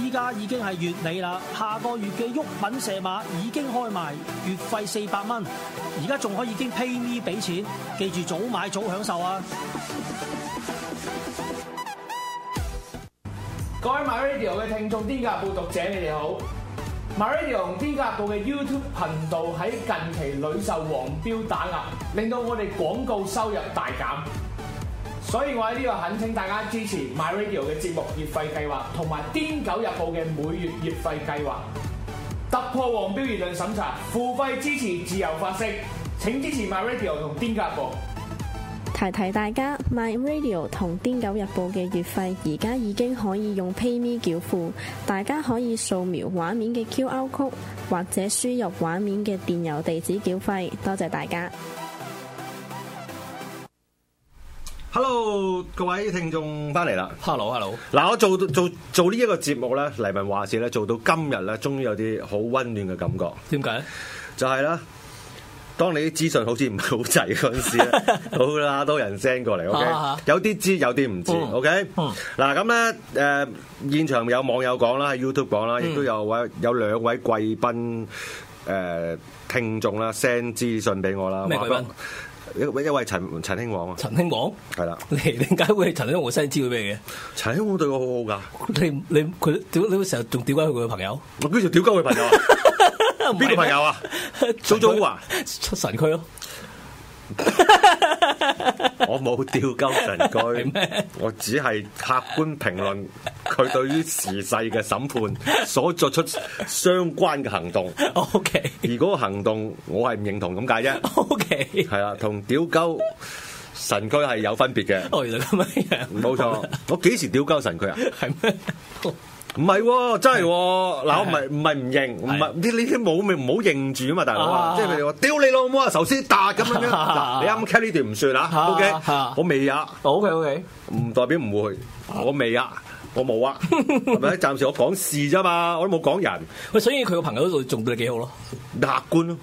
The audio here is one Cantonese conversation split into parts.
依家已經係月尾啦，下個月嘅鬱品射馬已經開埋，月費四百蚊，而家仲可以經 pay me 俾錢，記住早買早享受啊！各位 MyRadio 嘅聽眾、癲狗日報讀者，你哋好。MyRadio 同癲狗日報嘅 YouTube 頻道喺近期屢受黃標打壓，令到我哋廣告收入大減。所以我喺呢度懇請大家支持 MyRadio 嘅節目月費計劃，同埋癲狗日報嘅每月月費計劃，突破黃標言論審查，付費支持自由發聲。請支持 MyRadio 同癲狗日報。提提大家，My Radio 同《癲狗日報》嘅月費而家已經可以用 PayMe 繳付，大家可以掃描畫面嘅 QR code 或者輸入畫面嘅電郵地址繳費。多謝大家。 Hello，各位聽眾翻嚟啦。 Hello，Hello，嗱，我做做做呢一個節目咧，黎文話事咧，做到今日咧，終於有啲好温暖嘅感覺，點解咧？就係、啦。當你啲資訊好似唔係好齊嗰陣時 咧，好啦，多人 send 過嚟啊，OK，有啲知有啲唔知嗯，OK，嗯嗱咁咧，誒現場有網友講啦，喺 YouTube 講啦，嗯亦都有位有兩位貴賓誒聽眾啦 send 資訊俾我啦，咩話貴賓俾我？一一位陳陳興王啊，陳興王，係啦，你點解會係陳興王新知佢咩陳興王對我好好㗎。嘅？你你佢屌你成日仲屌解佢嘅朋友？我跟住屌鳩佢朋友 啊，邊個朋友啊？早早啊，出神區咯，我冇屌鳩神係居咩， 我只係客觀評論佢對於時勢嘅審判所作出相關嘅行動， O K 而嗰個行動我係唔認同咁解啫， O K，係啦，同屌鳩神居係有分別嘅，哦原來咁樣樣，冇 錯。我幾時屌鳩神居啊？係咩？唔係喎，真係喎！嗱，我唔係唔係唔認，唔係呢呢啲冇咪唔好認住啊嘛，大佬啊！啊即係譬如話，屌你老母啊，壽司達咁 樣樣。嗱，啊你啱 cut 呢段唔算啊啊，OK，啊我未啊， O K O K，唔代表唔會，我未啊，我冇啊，係 咪？暫時我講事啫嘛，我都冇講人，喂，所以佢個朋友度仲對你幾好咯？ 客觀咯。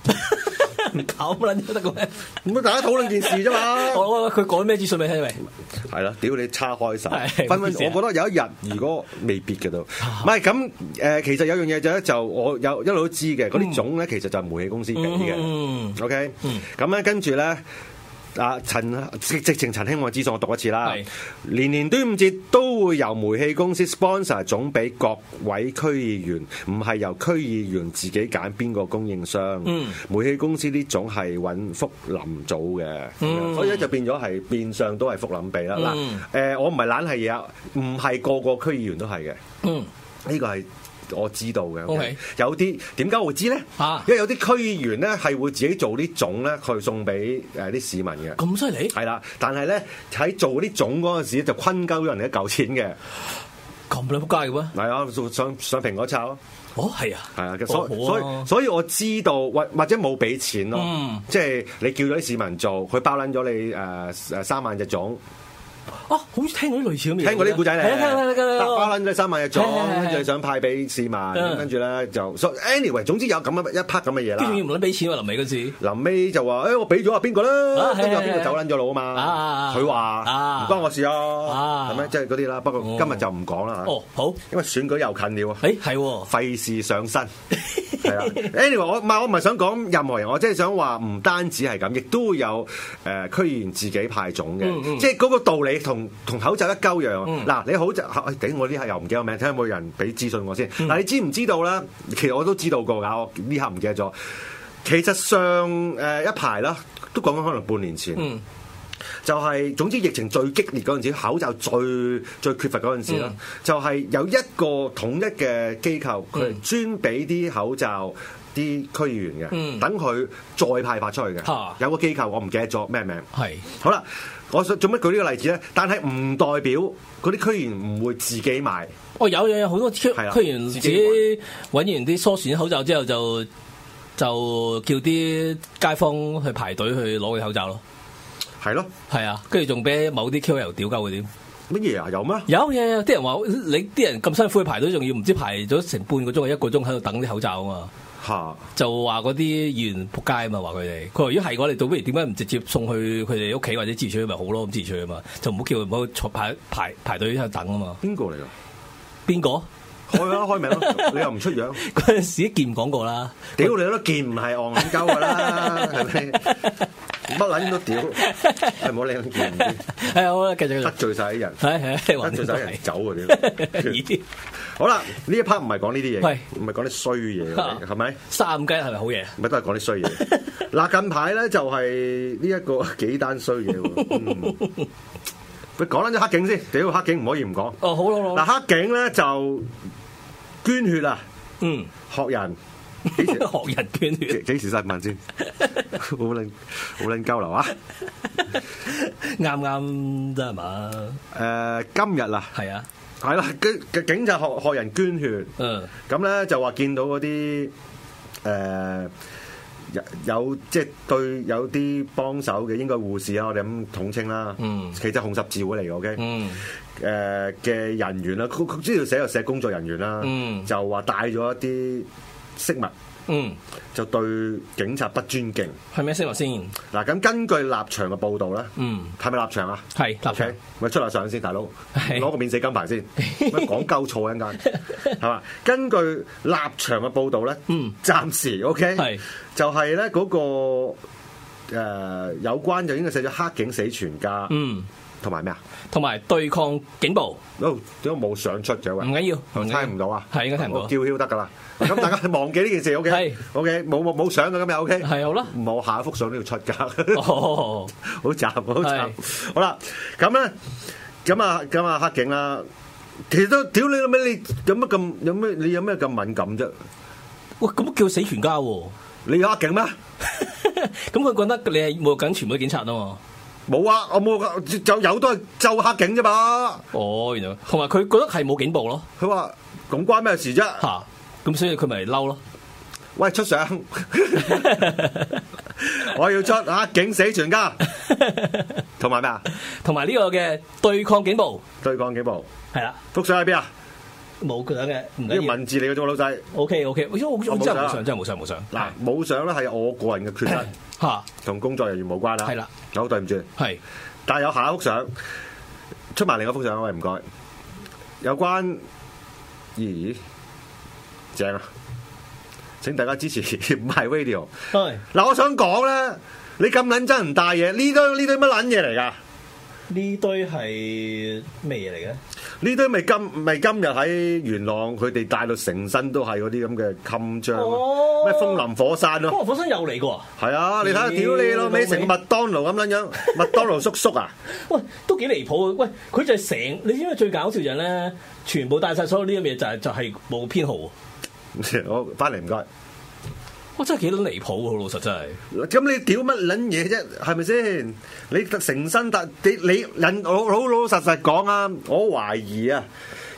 搞乜撚都得嘅咩？咁大家討論件事啫嘛。 我我佢講咩資訊俾你聽未？係啦，屌你叉開手，係分分唔好意思啊啊我覺得有一日如果未必嘅都，唔係咁誒，其實有樣嘢就咧就我有一路都知嘅，嗰啲種咧其實就係煤氣公司俾嘅。嗯， OK，咁咧跟住咧。啊，陳直直情陳興旺資訊我讀一次啦係。年年端午節都會由煤氣公司 sponsor 總俾各位區議員，唔係由區議員自己揀邊個供應商。嗯煤氣公司呢種係揾福林組嘅，嗯所以咧就變咗係變相都係福林俾啦。嗱、嗯誒我唔係懶係嘢啊，唔係個個區議員都係嘅。嗯，呢個係我知道嘅。 OK 有啲點解我會知咧？啊因為有啲區議員咧係會自己做啲種咧，去送俾誒啲市民嘅。咁犀利，係啦，但係咧喺做啲種嗰陣時就坤鳩咗人哋一嚿錢嘅，咁撚撲街嘅咩？係啊，上上蘋果炒咯，哦，係啊，係啊，哦所以所好啊以所以我知道或或者冇俾錢咯，嗯即係你叫咗啲市民做，佢包撚咗你誒誒三萬隻種，啊，好似聽過啲類似咁嘅嘢， 聽過啲古仔咧，係啊聽過聽過聽過包撚咗三萬隻種係係，係係跟住想派俾市民，嗯跟住咧就所以 anyway，總之有咁嘅一 part 咁嘅嘢啦跟。住仲要唔撚俾錢喎，臨尾嗰時。臨尾就話：，誒、我俾咗啊邊個啦啊，跟住有係邊個係走撚咗路啊啊嘛啊？佢啊話唔關我事啊，啊係咪？即係嗰啲啦。不過今日就唔講啦，哦，好，因為選舉又近了啊，誒係喎，費事 上身。係啦，anyway，我唔係我唔係想講任何人，我即係想話唔單止係咁，亦都會有誒、呃、區議員自己派種嘅，嗯嗯即係嗰個道理同同口罩一鳩樣啊。嗯嗱、你好就哎頂、我呢刻又唔記得個名，睇下有冇人俾資訊我先。嗯嗱、你知唔知道咧？其實我都知道過㗎，我呢刻唔記得咗。其實上誒、呃一排啦，都講緊可能半年前。嗯就係、總之疫情最激烈嗰陣時，口罩最最缺乏嗰陣時啦，嗯就係有一個統一嘅機構，佢係嗯專俾啲口罩。啲區議員嘅，嗯等佢再派發出去嘅嚇，有個機構我唔記得咗咩名。係，好啦，我想做乜舉呢個例子咧？但係唔代表嗰啲區議員唔會自己買，哦有有有好多區係啦區員自己揾完啲疏選口罩之後就就叫啲街坊去排隊去攞佢口罩咯，係咯？係啊，跟住仲俾某啲 QL 屌鳩佢添，乜嘢啊？有咩？有有有啲人話你啲人咁辛苦去排隊，仲要唔知排咗成半個鐘一個鐘喺度等啲口罩啊嘛。嚇！就話嗰啲議員仆街啊嘛，話佢哋，佢話如果係嘅話，你倒不如點解唔直接送去佢哋屋企或者自取咪好咯？咁自取啊嘛，就唔好叫佢唔好坐排排排隊喺度等啊嘛。邊個嚟㗎？邊個？ 開啦，開名啦，你又唔出樣，嗰陣時見廣告 啦，屌你都見唔係戇撚鳩噶啦，係咪？乜撚都屌，係冇理咁見，係好啦，繼續繼得續，罪晒啲人，係係得罪晒啲人走啊屌！ 咦啲好啦，呢一 part 唔係講呢啲嘢喂，唔係講啲衰嘢嚟嘅，係咪？三雞係咪好嘢？咪都係講啲 衰嘢。嗱，近排咧就係呢一個幾單衰嘢喎。嗯佢講緊咗黑警先，屌黑警唔可以唔講。哦，好咯好嗱，咯，黑警咧就捐血啊，嗯，學人幾時 學人捐血幾幾時新聞先？ 好撚好撚交流啊！啱啱啫係嘛？誒，今日啊，係啊，係啦，警警察學學人捐血。嗯，咁咧就話見到嗰啲誒有有即係對有啲幫手嘅，應該護士啦，啊我哋咁統稱啦。嗯其實紅十字會嚟嘅，OK、嗯，誒嘅人員啦，啊佢佢呢度寫就寫工作人員啦，嗯就話帶咗一啲飾物，嗯，就對警察不尊敬。係咩新聞先？嗱，咁根據立場嘅報導啦，嗯，係咪立場啊？係立場 OK，咪出下相先，大佬嗯係攞個免死金 牌先，咪講鳩錯一間，係嘛？根據立場嘅報導咧，嗯暫時 OK，係就係咧嗰個、呃、有關就應該寫咗黑警死全家，嗯，同埋咩啊？同埋對抗警暴，哦，點解冇相出嘅唔喂？緊要，我緊要猜唔到啊！係應該猜唔到我啊叫囂得㗎啦。咁大家 忘記呢件事，OK？係 OK，冇冇冇相嘅今日，OK？係好 啦，冇下一幅相都要出 㗎，哦，好慘好慘係。好啦，咁咧，咁啊，咁啊，黑警啦，其實都屌你老味，你有乜咁有咩？你有咩咁敏感啫？哇，咁叫死全家喎！ 你有黑警咩？咁佢覺得你係侮辱緊全部啲警察啊嘛？冇啊，我冇㗎，就有都係就黑警啫嘛。哦，原來同埋佢覺得係冇警暴咯佢話咁關咩事啫？吓，咁、所以佢咪嬲咯。 喂，出相， 我要出啊！警死全家，同埋咩啊？同埋呢個嘅對抗警暴對抗幾部？係啦，幅相喺邊啊？冇佢嘅唔緊呢個要。哎文字嚟嘅啫喎，老細。 O K O K，因為我我真冇係相冇啦上，真係冇上冇上。嗱，冇相咧係我個人 嘅缺失，吓同工作人員冇關啦。係啦，好對唔住。係但係有下一幅相，出埋另一幅相，喂，唔該。有關咦正啊！請大家支持 唔係 video。係嗱，我想講咧，你咁撚真唔帶嘢，呢堆呢堆乜撚嘢嚟㗎？呢堆係咩嘢嚟嘅？呢堆咪今咪今日喺元朗，佢哋帶到成身都係嗰啲咁嘅襟章哦咯，咩風林火山嗰咯，個火山又嚟過啊！係啊！你睇下，咦屌你老老味味，成個麥當勞咁撚樣，麥當勞叔叔啊， 喂，都幾離譜啊！喂，佢就係成，你知唔知最搞笑人咧？全部帶晒所有呢啲嘢就係、就係、冇編號喎。我翻嚟唔該。哇！真係幾撚離譜喎，好老實真係。咁你屌乜撚嘢啫？係咪先？你成身突你你人老老老實實講啊，我懷疑啊，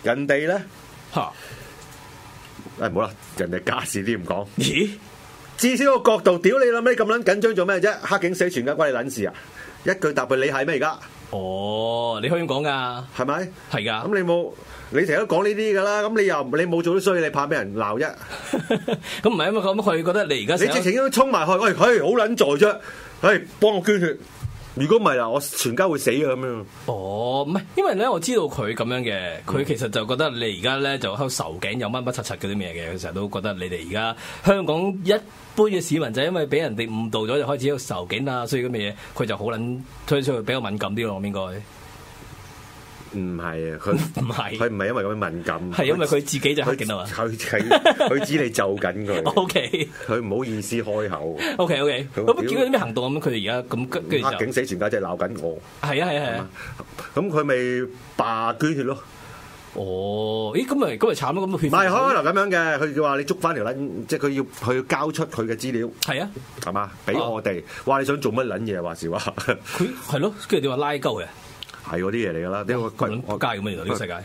人哋咧，嚇！誒唔好啦，人哋家事啲唔講，咦？至少個角度，屌你老味咁撚緊張做咩啫？黑警死全家關你撚事啊！一句答佢你係咩而家？哦，你香港㗎，係咪？係㗎。 咁你冇，你成日都講呢啲噶啦，咁你又唔你冇做啲衰，你怕俾人鬧啫？咁唔係因為咁佢覺得你而家你成直日情都衝埋去，喂，佢好撚在啫，嘿，幫我捐血。如果唔係啦，我全家會死嘅咁樣。哦，唔係，因為咧我知道佢咁樣嘅，嗯佢其實就覺得你而家咧就喺度仇頸有乜乜柒柒嗰啲咩嘅，佢成日都覺得你哋而家香港一般嘅市民就因為俾人哋誤導咗，就開始喺度仇頸啊，所以咁嘅嘢，佢就好撚推出去比較敏感啲咯，我應該唔唔 係啊，佢唔佢係，唔係因為咁樣敏感，係因為佢自己就黑佢警啊嘛。佢佢 佢知你就緊佢， O K 佢唔好意思開口。 O K O K，佢咁見到啲咩行動咁，佢哋而家咁跟跟住就黑警死嗯全家真係鬧緊我，係啊係啊係啊，咁佢咪罷捐血咯？哦，咦咁咪咁咪慘咯，咁咪血唔係開頭咁樣嘅，佢話你捉翻條撚，即係佢要佢要交出佢嘅資料。係啊，係嘛？俾我哋，哇！你想做乜撚嘢啊？話時話 佢係咯，跟住你話拉鳩嘅，係嗰啲嘢嚟㗎啦。呢個咁撲街咁啊，原來呢個世界。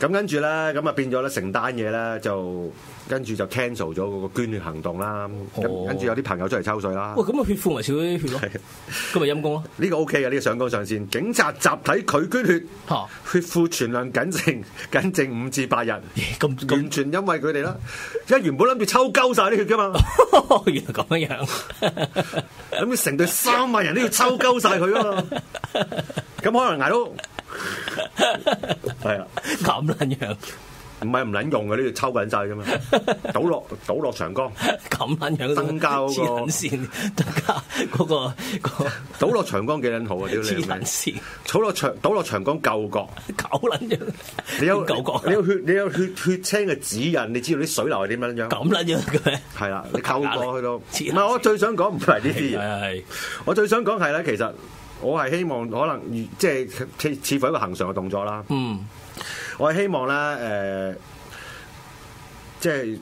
咁跟住咧，咁啊變咗咧，成單嘢咧就跟住就 cancel 咗嗰個捐血行動啦。哦咁跟住有啲朋友出嚟抽水啦喂，。咁啊血庫咪少啲血咯，咁咪陰公咯呢個 OK 嘅，呢個上綱上線。警察集體拒捐血，嚇！血庫存量僅剩 僅剩五至八日，咁完全因為佢哋啦。一原本諗住抽鳩晒啲血㗎 嘛，咁 原來咁樣樣， 諗住成隊三萬人都要抽鳩晒佢啊嘛。 咁可能捱到係啦。啊咁撚樣唔係唔撚用嘅，呢度抽緊晒啫嘛，倒落倒落長江，咁撚樣都增加嗰個黐撚線，增加嗰個嗰個倒落長江幾撚好啊！屌你黐老撚，味線，倒落長倒落長江救國，狗撚樣，你有狗角你有血你有血血清嘅指引，你知道啲水流係點樣樣。咁撚樣嘅咩？係 啦，你救夾硬嚟國去到，唔黐撚係我最想講唔係呢啲係啊嘢。係我最想講係咧，其實我係希望可能如即係似似乎一個恒常嘅動作啦。嗯我係希望咧誒、呃即係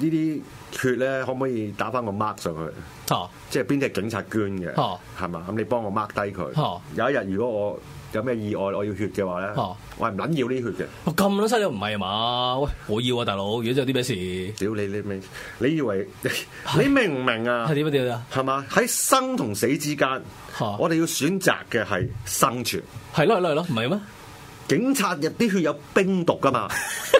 呢啲血咧，可唔可以打翻個 mark 上去？哦即係邊啲係警察捐嘅，哦係嘛、咁你幫我 mark 低佢。哦有一日如果我有咩意外，我要血嘅話咧，哦我係唔撚要呢啲血嘅。咁撚犀利唔係啊嘛？喂，我要啊，大佬！如果真有啲咩事，係屌你你明？你以為你明唔明啊？點啊點啊？係嘛？喺生同死之間，嚇我哋要選擇嘅係生存。係咯係咯係咯，唔係咩？警察入啲血有冰毒噶嘛？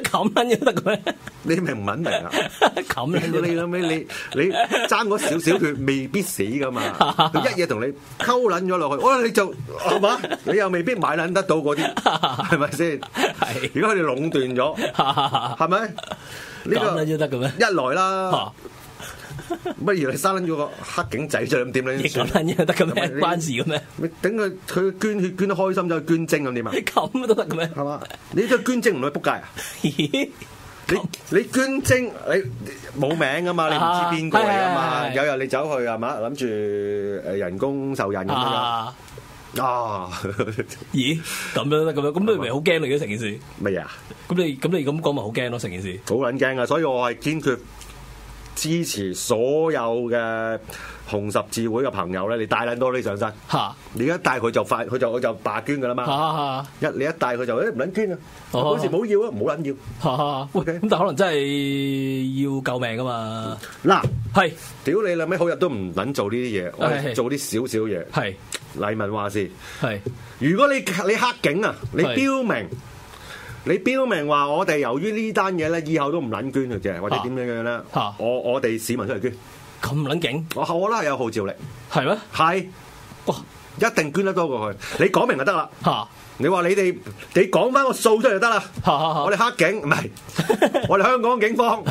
咁撚樣得嘅咩？你明唔明啊？咁你撚樣諗尾你你爭嗰少少血未必死噶嘛？佢一嘢同你溝撚咗落去，哦你就係嘛？你又未必買撚得到嗰啲，係咪先？係如果佢哋壟斷咁咗，係咪？呢個撚樣得嘅咩？一來啦嚇，不如你生撚咗個黑警仔出嚟咁點你 咁撚算？撚樣得嘅咩咁？你關事嘅咩？咪等佢佢捐血捐得開心就去捐精咁 點啊？咁都得嘅咩？係嘛？你都捐精唔去撲街啊？咦？你你捐精你冇名噶嘛，你唔啊知邊個嚟噶係嘛？係係有日你走去係嘛，諗住誒人工受孕咁樣啊！啊？ 咦？咁樣得咁樣，咁你咪好驚你嘅成件事？乜嘢啊？咁你咁你咁講咪好驚咯？成件事好撚驚啊！所以我係堅決支持所有嘅紅十字會嘅朋友咧，你帶撚多啲上身。嚇你一帶佢就快，佢就佢就罷捐噶啦嘛。嚇一你一帶佢就誒唔撚捐啊！啊哦嗰時冇要啊，唔好撚嚇！喂， OK 咁但可能真係要救命噶嘛？要嗱。係屌你啦咩？好日都唔撚做呢啲嘢，我係係做啲少少嘢。係黎文話事，係如果你你黑警啊，你係標明。你標明話我哋由於呢單嘢咧，以後都唔撚捐嘅啫，或者點樣樣咧啊？我我哋市民出嚟捐，咁撚勁我我覺得係有號召力，係咩？係哇一定捐得多過佢。你講明就得啦，嚇你話你哋你講翻個數出嚟就得啦。嚇嚇我哋黑 警唔係，我哋香港警方，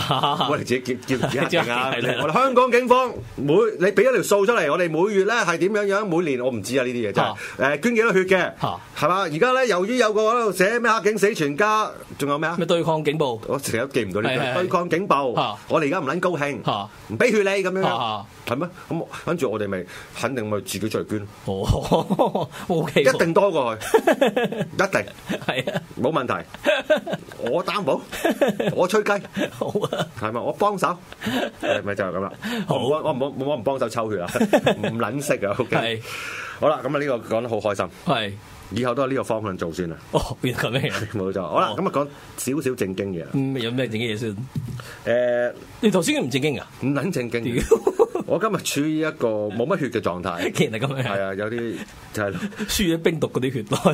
我哋自己叫叫自 己黑警啊！係你係係我哋香港警方每你俾一條數出嚟，我哋每月咧係點樣樣，每年我唔知啊呢啲嘢真係啊誒捐幾多血嘅啊係嘛？而家咧由於有個喺度寫咩黑警死全家，仲有咩啊咩？對抗警暴我成日都記唔到呢係係係句對抗警暴啊，我哋而家唔撚高興啊，唔俾血你咁樣樣啊係咩？咁我跟住我哋咪肯定咪自 己出嚟捐，哦 ，OK，一定 多過佢，一定係啊，冇 問題，我擔保，我吹雞。好啊，係咪？我 幫手，誒咪就係咁啦。好我唔我唔我唔幫手抽 血啊，唔撚識啊。OK，係好啦，咁啊呢個講得好開心，係以後都係呢個方向做先啦。哦，變咁樣樣。冇錯，好啦，好咁啊講少少正經嘢啦。嗯，有咩正經嘢先？誒，你頭先唔正經噶？唔撚正經屌 嘅，，我今日處於一個冇乜血嘅 狀態。竟然係咁係樣，啊，有啲就係咯，輸咗冰毒嗰啲血落去，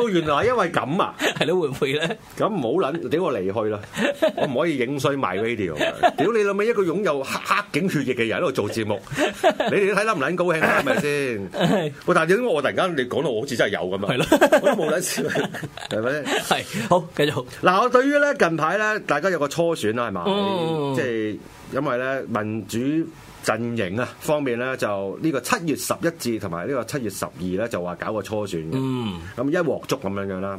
屌，原來因為咁啊， 係咯，會唔會咧？咁唔好撚，屌我離去啦，我唔可以影衰埋 radio 嘅，屌你老味一個擁有黑黑警血液嘅人喺度做節目，你哋都睇得唔撚高興啦，係咪 先？係喂，但係點解我突然間你講到我好似真係有咁啊？係咯我都冇 撚笑，係咪先？係好，繼續嗱，我對於咧近排咧，大家有個初選啊啦，係嘛？嗯即係因為咧民主陣營啊方面咧，就呢個七月十一至同埋呢個七月十二咧，就話搞個初選嘅，嗯，咁一鑊粥咁樣樣啦。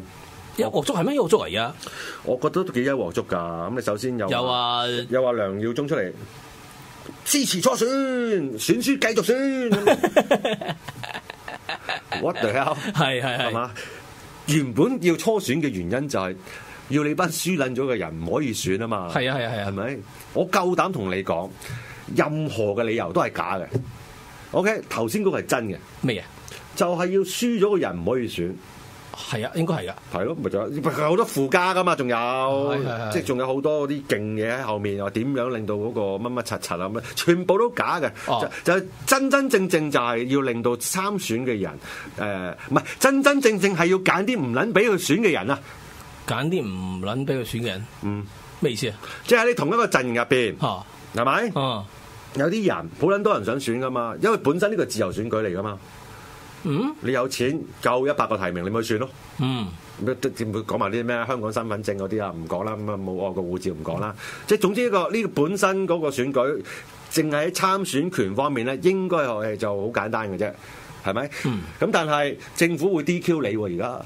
一鑊粥係咩？一鑊粥嚟噶？我覺得都幾一鑊粥㗎。咁你首先有有啊，又話梁耀忠出嚟支持初選，選書繼續選。What the hell？係係係係，嘛？原本要初選嘅原因就係要你班輸撚咗嘅人唔可以選啊嘛。係啊係啊係啊係，咪？我夠膽同你講，任何嘅理由都係假嘅。OK，頭先嗰個係真嘅，咩嘢？就係、要輸咗個人唔可以選。係啊，應該係噶。係咯，咪就係佢有好多附加噶嘛，仲有係係即係仲有好多啲勁嘢喺後面，又話點樣令到嗰個乜乜柒柒啊咁樣，全部都假嘅、哦就。就真真正正就係要令到參選嘅人，誒唔係真真正正係要揀啲唔撚俾佢選嘅人啊！揀啲唔撚俾佢選嘅人，嗯，咩意思啊？即係喺你同一個陣營入邊，嚇係咪啊有啲人好撚多人想選噶嘛？因為本身呢個自由選舉嚟噶嘛，嗯你有錢夠一百個提名，你咪去選咯。嗯講埋啲咩香港身份證嗰啲啊，唔講啦，咁啊冇外國護照唔講啦。即係總之呢、個呢、個本身嗰個選舉，淨係喺參選權方面咧，應該係就好簡單嘅啫，係咪？咁、嗯但係政府會 DQ 你喎，而家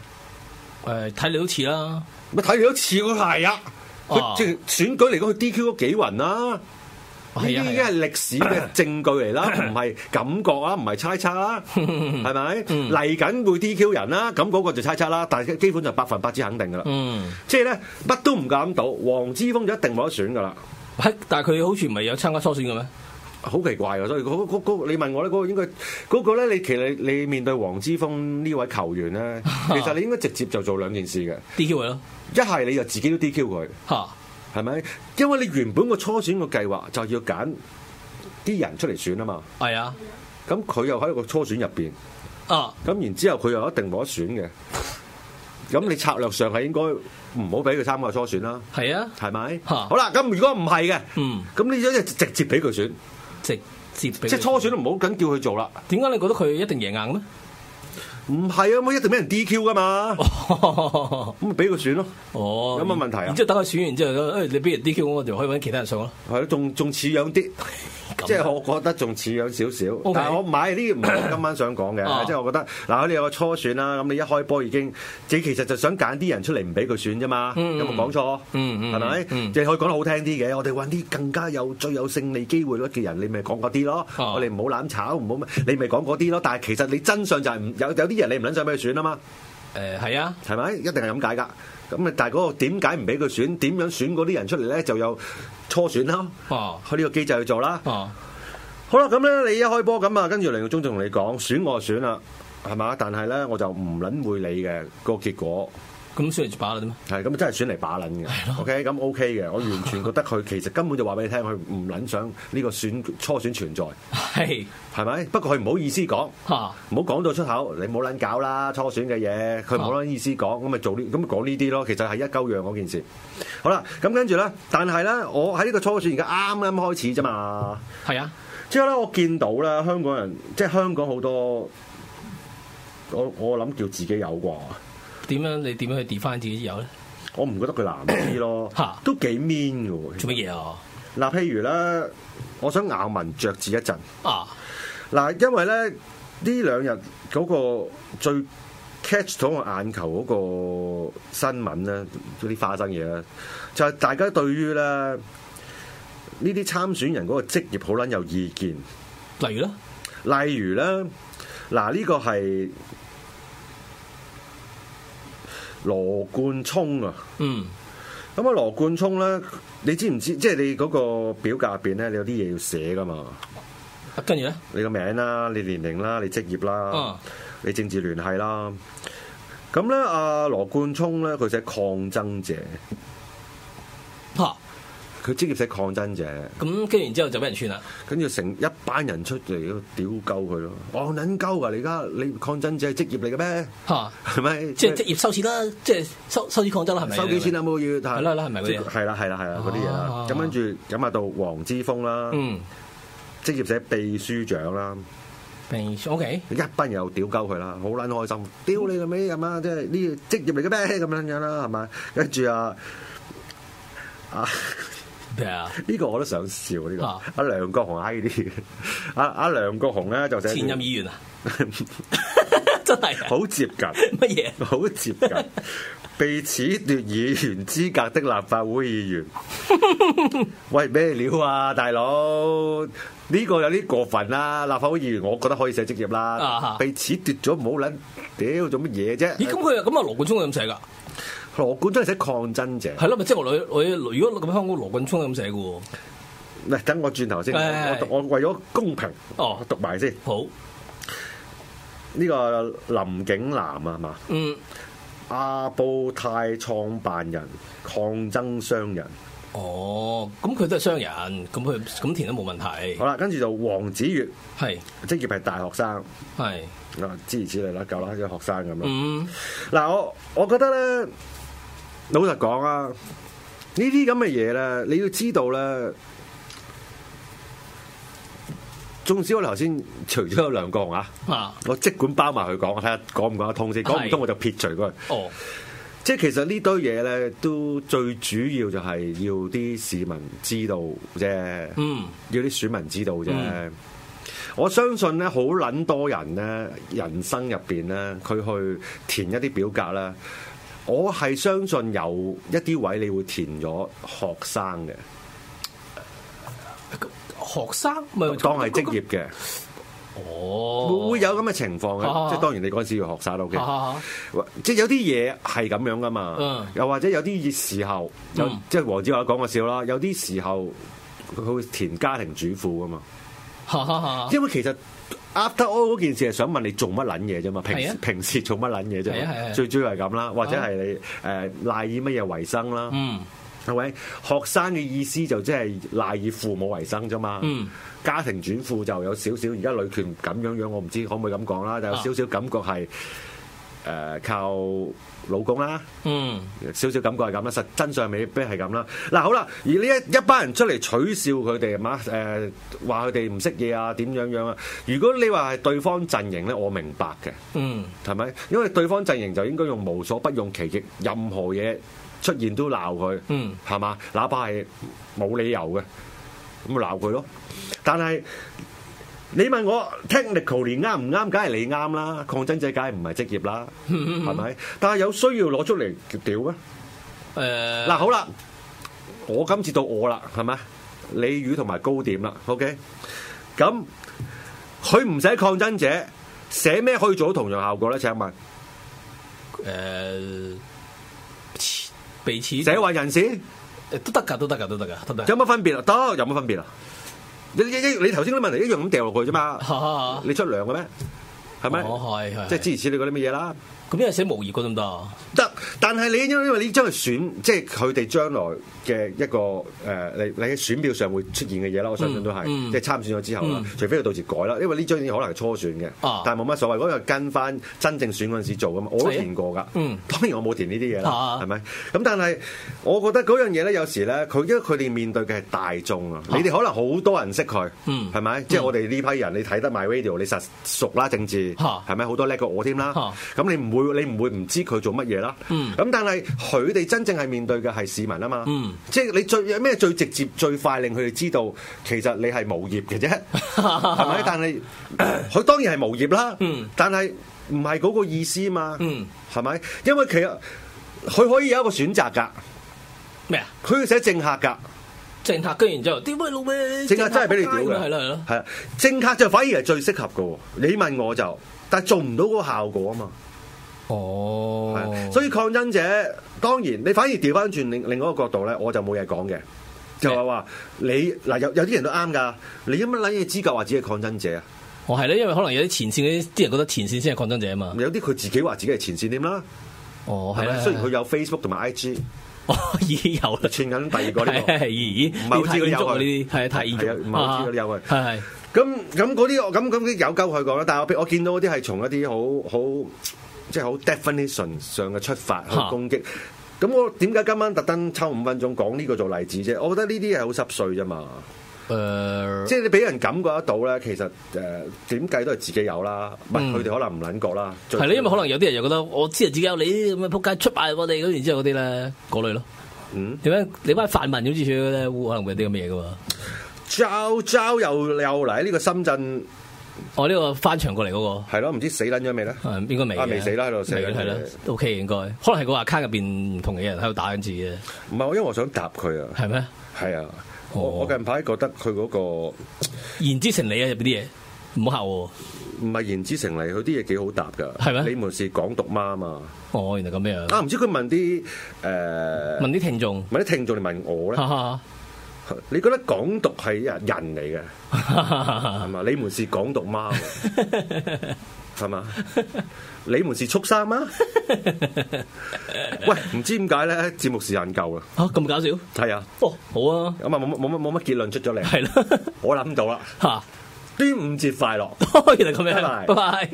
誒睇你好似啦，咪睇你都似個係啊！啊佢即係選舉嚟講，佢 DQ 咗幾雲啦、呢係啊啲已經係歷史嘅證據嚟啦，唔係感覺啊，唔係猜測啦，嗯係咪？嚟緊會 DQ 人啦，咁嗰個就猜測啦，但係基本就百分百之肯定噶啦。嗯，即係咧，乜都唔敢到，黃之峰就一定冇得選噶啦，係但係佢好似唔係有參加初選嘅咩？好奇怪㗎。所以嗰、嗰嗰你問我咧，嗰、個應該嗰、個咧，你其實你你面對黃之峰呢位球員咧，其實你應該直接就做兩件事嘅， DQ 佢咯一係你就自己都 DQ 佢。嚇，係咪？因為你原本個初選個計劃就要揀啲人出嚟選啊嘛，係啊咁佢又喺個初選入邊，啊，咁然之後佢又一定冇得選嘅。咁你策略上係應該唔好俾佢參加初選啦，係啊，係咪？嚇好啦，咁如果唔係嘅，嗯，咁你一直接俾佢選，直接俾佢即係初選都唔好緊叫佢做啦。點解你覺得佢一定贏硬 咧？唔係啊，咁一定俾人 DQ 噶嘛，哦，咁咪俾佢選咯。有有乜問題啊哦然之後等佢選完之後，誒、你俾人 DQ 我，就可以揾其他人上咯。係咯，仲仲似樣啲。咁啊即係我覺得仲似樣少少 OK 但係我買呢個 唔係我今晚想講啊嘅，即係我覺得嗱，你有個初選啦，咁你一開波已經，你其實就想揀啲人出嚟唔俾佢選啫嘛，嗯有冇講錯？嗯嗯係咪？嗯即係可以講得好聽啲嘅，我哋揾啲更加有最有勝利機會率嘅人，你咪講嗰啲咯。啊我哋唔好攬炒，唔好乜你咪講嗰啲咯。但係其實你真相就係唔有有啲人你唔撚想俾佢選啊嘛，誒係啊，係咪？一定係咁解㗎。咁啊，但係嗰個點解唔俾佢選？點樣選嗰啲人出嚟咧？就有初選啦，哦佢呢個機制去做啦。哦，好啦，咁咧你一開波咁啊，跟住梁耀忠就同你講選我就選啦，係嘛？但係咧我就唔撚會理嘅、個結果，咁選嚟把啦啫啊嘛。係咁真係選嚟把撚嘅。OK，咁 OK 嘅，我完全覺得佢其實根本就話俾你聽，佢唔撚想呢個選初選存在， 係係咪？不過佢唔好意思講。嚇，唔好講到出口，你冇撚搞啦，初選嘅嘢，佢冇撚意思講，咁咪做呢，咁咪講呢啲咯，其實係一鳩樣嗰件事。好啦，咁跟住咧，但係咧，我喺呢個初選而家啱啱開始啫嘛。係啊，之後咧，我見到咧香港人，即係香港好多，我我諗叫自己有啩，點樣你點樣去 define 自己有咧？我唔覺得佢男啲咯 嚇，都幾 mean 嘅做喎。乜嘢啊？嗱，譬如咧，我想咬文嚼字一陣。啊，嗱，因為咧呢兩日嗰個最 catch 到我眼球嗰個新聞咧，嗰啲花生嘢咧，就係、大家對於咧呢啲參選人嗰個職業好撚有意見。例如咧，例如咧，嗱呢個係羅冠聰啊。嗯，咁啊，羅冠聰咧，你知唔知？即係你嗰個表格入邊咧，你有啲嘢要寫噶嘛？啊跟住咧，你個名啦，你年齡啦，你職業啦，嗯你政治聯繫啦。咁咧，阿羅冠聰咧，佢寫抗爭者，嚇，佢職業寫抗爭者。咁跟住然之後就俾人串啦。跟住成一班人出嚟屌鳩佢咯，我撚鳩㗎！你而家你抗爭者係職業嚟嘅咩？ 嚇，係咪？即係職業收錢啦，即係收收錢抗爭啦，係咪？收幾錢啊？冇要，係係啦係啦係咪嗰啲啊係啦係啦係啦嗰啲嘢啦啊。咁跟住咁啊到黃之峰啦，嗯，職業社秘書長啦，明 OK，一班人又屌鳩佢啦，好撚開心，屌你個尾咁啊！即係呢個職業嚟嘅咩咁樣樣啦，係咪？跟住啊啊！咩啊？呢個我都想笑呢個啊阿梁國雄閪啲， 阿阿梁國雄咧就寫 前任議員啊， 真係啊好接近。 乜嘢？好接近， 被褫奪議員資格的立法會 議員。喂，咩料啊，大佬？呢、個有啲過分啦！立法會議員，我覺得可以寫職業啦。啊被褫奪咗，唔好撚屌做乜嘢啫？咦，咁佢又咁啊？羅冠聰咁寫㗎？羅冠真係寫抗爭者。係咯，咪即係我女我如果咁香港羅冠聰咁寫嘅喎，嗱，等我轉頭先，係我讀我為咗公平，哦我讀埋先。好，呢、個林景南啊係嘛，嗯，阿布泰創辦人，抗爭商人。哦，咁佢都係商人，咁佢咁填都冇問題好，啦，跟住就黃子月，係職業係大學生。係，啊，諸如此類啦，夠啦，啲學生咁啦。嗯，嗱、我我覺得咧，老實講啊，呢啲咁嘅嘢咧，你要知道咧，縱使我頭先除咗有梁國雄啊，啊，我即管包埋佢講，我睇下講唔講得通先，講唔係通我就撇除佢。哦，即係其實呢堆嘢咧，都最主要就係要啲市民知道啫，嗯，要啲選民知道啫。嗯我相信咧，好撚多人咧，人生入邊咧，佢去填一啲表格啦。我係相信有一啲位你會填咗學生嘅，學生咪當係職業嘅，哦，會會有咁嘅情況啊嘅。即係當然你嗰陣時要學生啦，OK。啊即係有啲嘢係咁樣噶嘛，嗯又或者有啲時候，有嗯即係黃子華講個笑啦，有啲時候佢會填家庭主婦噶嘛，哈哈哈因為其實 after all 嗰件事係想問你做乜撚嘢啫嘛，平係啊時平時做乜撚嘢啫係啊係啊係嘛，啊最主要係咁啦，或者係你誒賴以乜嘢為生啦，嗯係咪？學生嘅意思就即係賴以父母為生啫嘛。嗯家庭主婦就有少少，而家女權咁樣樣，我唔知可唔可以咁講啦，但有少少感覺係誒、呃靠老公啦，嗯，少少感覺係咁啦，實真相未必係咁啦。嗱好啦，而呢一一班人出嚟取笑佢哋嘛，誒話佢哋唔識嘢啊，點樣樣啊？如果你話係對方陣營咧，我明白嘅，嗯係咪？因為對方陣營就應該用無所不用其極，任何嘢出現都鬧佢。嗯係嘛？哪怕係冇理由嘅，咁咪鬧佢咯。但係你問我 technically 啱唔啱？梗係你啱啦，抗爭者梗係唔係職業啦，嗯係咪？但係有需要攞出嚟屌咩？誒嗱，好啦，我今次到我啦，係咪？鯉魚同埋高點啦，OK。咁佢唔使抗爭者，寫咩可以做到同樣效果咧？請問呃誒，被錢社運人士？呃都得㗎，都得㗎，都得㗎，都得㗎。有乜分別啊？得有乜分別啊？你你你你頭先啲問題一樣咁掉落去啫嘛，哈哈哈你出糧嘅咩？係咪？哦，係係，即係諸如此類嗰啲乜嘢啦，咁因為寫模擬嗰得唔得啊？得。但係你因因為你將佢選，即係佢哋將來嘅一個誒、呃你你喺選票上會出現嘅嘢啦，我相信都係，嗯嗯即係參選咗之後啦，嗯除非佢到時改啦，因為呢張嘢可能係初選嘅，啊但係冇乜所謂，嗰個跟翻真正選嗰陣時做噶嘛，我都係啊填過㗎。嗯 當然我冇填呢啲嘢啦啊，係咪？咁但係我覺得嗰樣嘢咧，有時咧，佢因為佢哋面對嘅係大眾啊，你哋可能好多人識佢，嗯係咪？即係我哋呢批人，你睇得 My Radio，你實熟啦政治，啊係咪？好多叻過我添啦啊，咁你唔會你唔會唔知佢做乜嘢啦。嗯咁但係佢哋真正係面對嘅係市民啊嘛嗯，即係你最有咩最直接最快令佢哋知道，其實你係無業嘅啫， 係咪？但係 佢當然係無業啦嗯，但係唔係嗰個意思嘛。嗯，係咪？因為其實佢可以有一個選擇㗎，咩啊？佢要寫政客㗎，政客跟完之後，屌喂老味，政客真係俾你屌係嘅，咯係咯。係啊，政客就反而係最適合㗎喎。你問我就，但係做唔到嗰個效果啊嘛。係哦啊，所以抗爭者當然你反而調翻轉另另外一個角度咧，我就冇嘢講嘅。就係話你嗱有有啲人都啱㗎，你有乜撚嘢資格話自己係抗爭者啊？我哦係咧，因為可能有啲前線嗰啲啲人覺得前線先係抗爭者啊嘛。有啲佢自己話自己係前線點啦，哦，係係啦，咪？雖然佢有 Facebook 同埋 IG，哦已經有啦，串緊第二個呢係啊個係。係咦唔咦，係好呢太知佢建有築啊佢呢啲係太建係築，啊唔係好知佢有佢啊係係咁咁嗰啲我咁咁啲有鳩佢講啦，但係我譬如我見到嗰啲係從一啲好好即係好 definition 上嘅出發去嚇攻擊。咁我點解今晚特登抽五分鐘講呢個做例子啫？我覺得呢啲係好濕碎啫嘛，誒，即係你俾人感覺得到咧，其實誒點計都係自己有啦，唔係嗯佢哋可能唔撚覺啦。最係啦，因為可能有啲人又覺得我知係自己有你啲咁嘅仆街出賣我哋咁，然之後嗰啲咧嗰類咯。嗯點解你班泛民好似佢咧，會可能會有啲咁嘅嘢噶嘛？招招又又嚟呢個深圳我哦呢個翻牆過嚟嗰係咯，唔知死撚咗未咧？個，誒應該未嘅啊未死啦喺度死未嘅係啦，OK 應該，可能係個 account 入邊唔同嘅人喺度打緊字嘅，唔係，因為我想答佢啊，係咩？係啊，我哦我近排覺得佢嗰個。言之成理啊，入邊啲嘢唔好嚇我。唔係言之成理，佢啲嘢幾好答㗎。係咩你們是港獨媽嘛？哦，原來咁樣。啊，唔知佢問啲誒、呃、問啲聽眾，問啲聽眾，你問我咧？哈哈你覺得港獨係人人嚟嘅哈哈哈係哈嘛？你們是港獨媽 係嘛？你們是畜生嗎？喂，唔知點解咧？節目時間夠啦，啊咁搞笑，係啊，哦好啊，咁啊冇乜冇乜冇乜結論出咗嚟，係啦我諗到啦， 嚇，端午節快樂。原來咁拜拜樣，拜拜。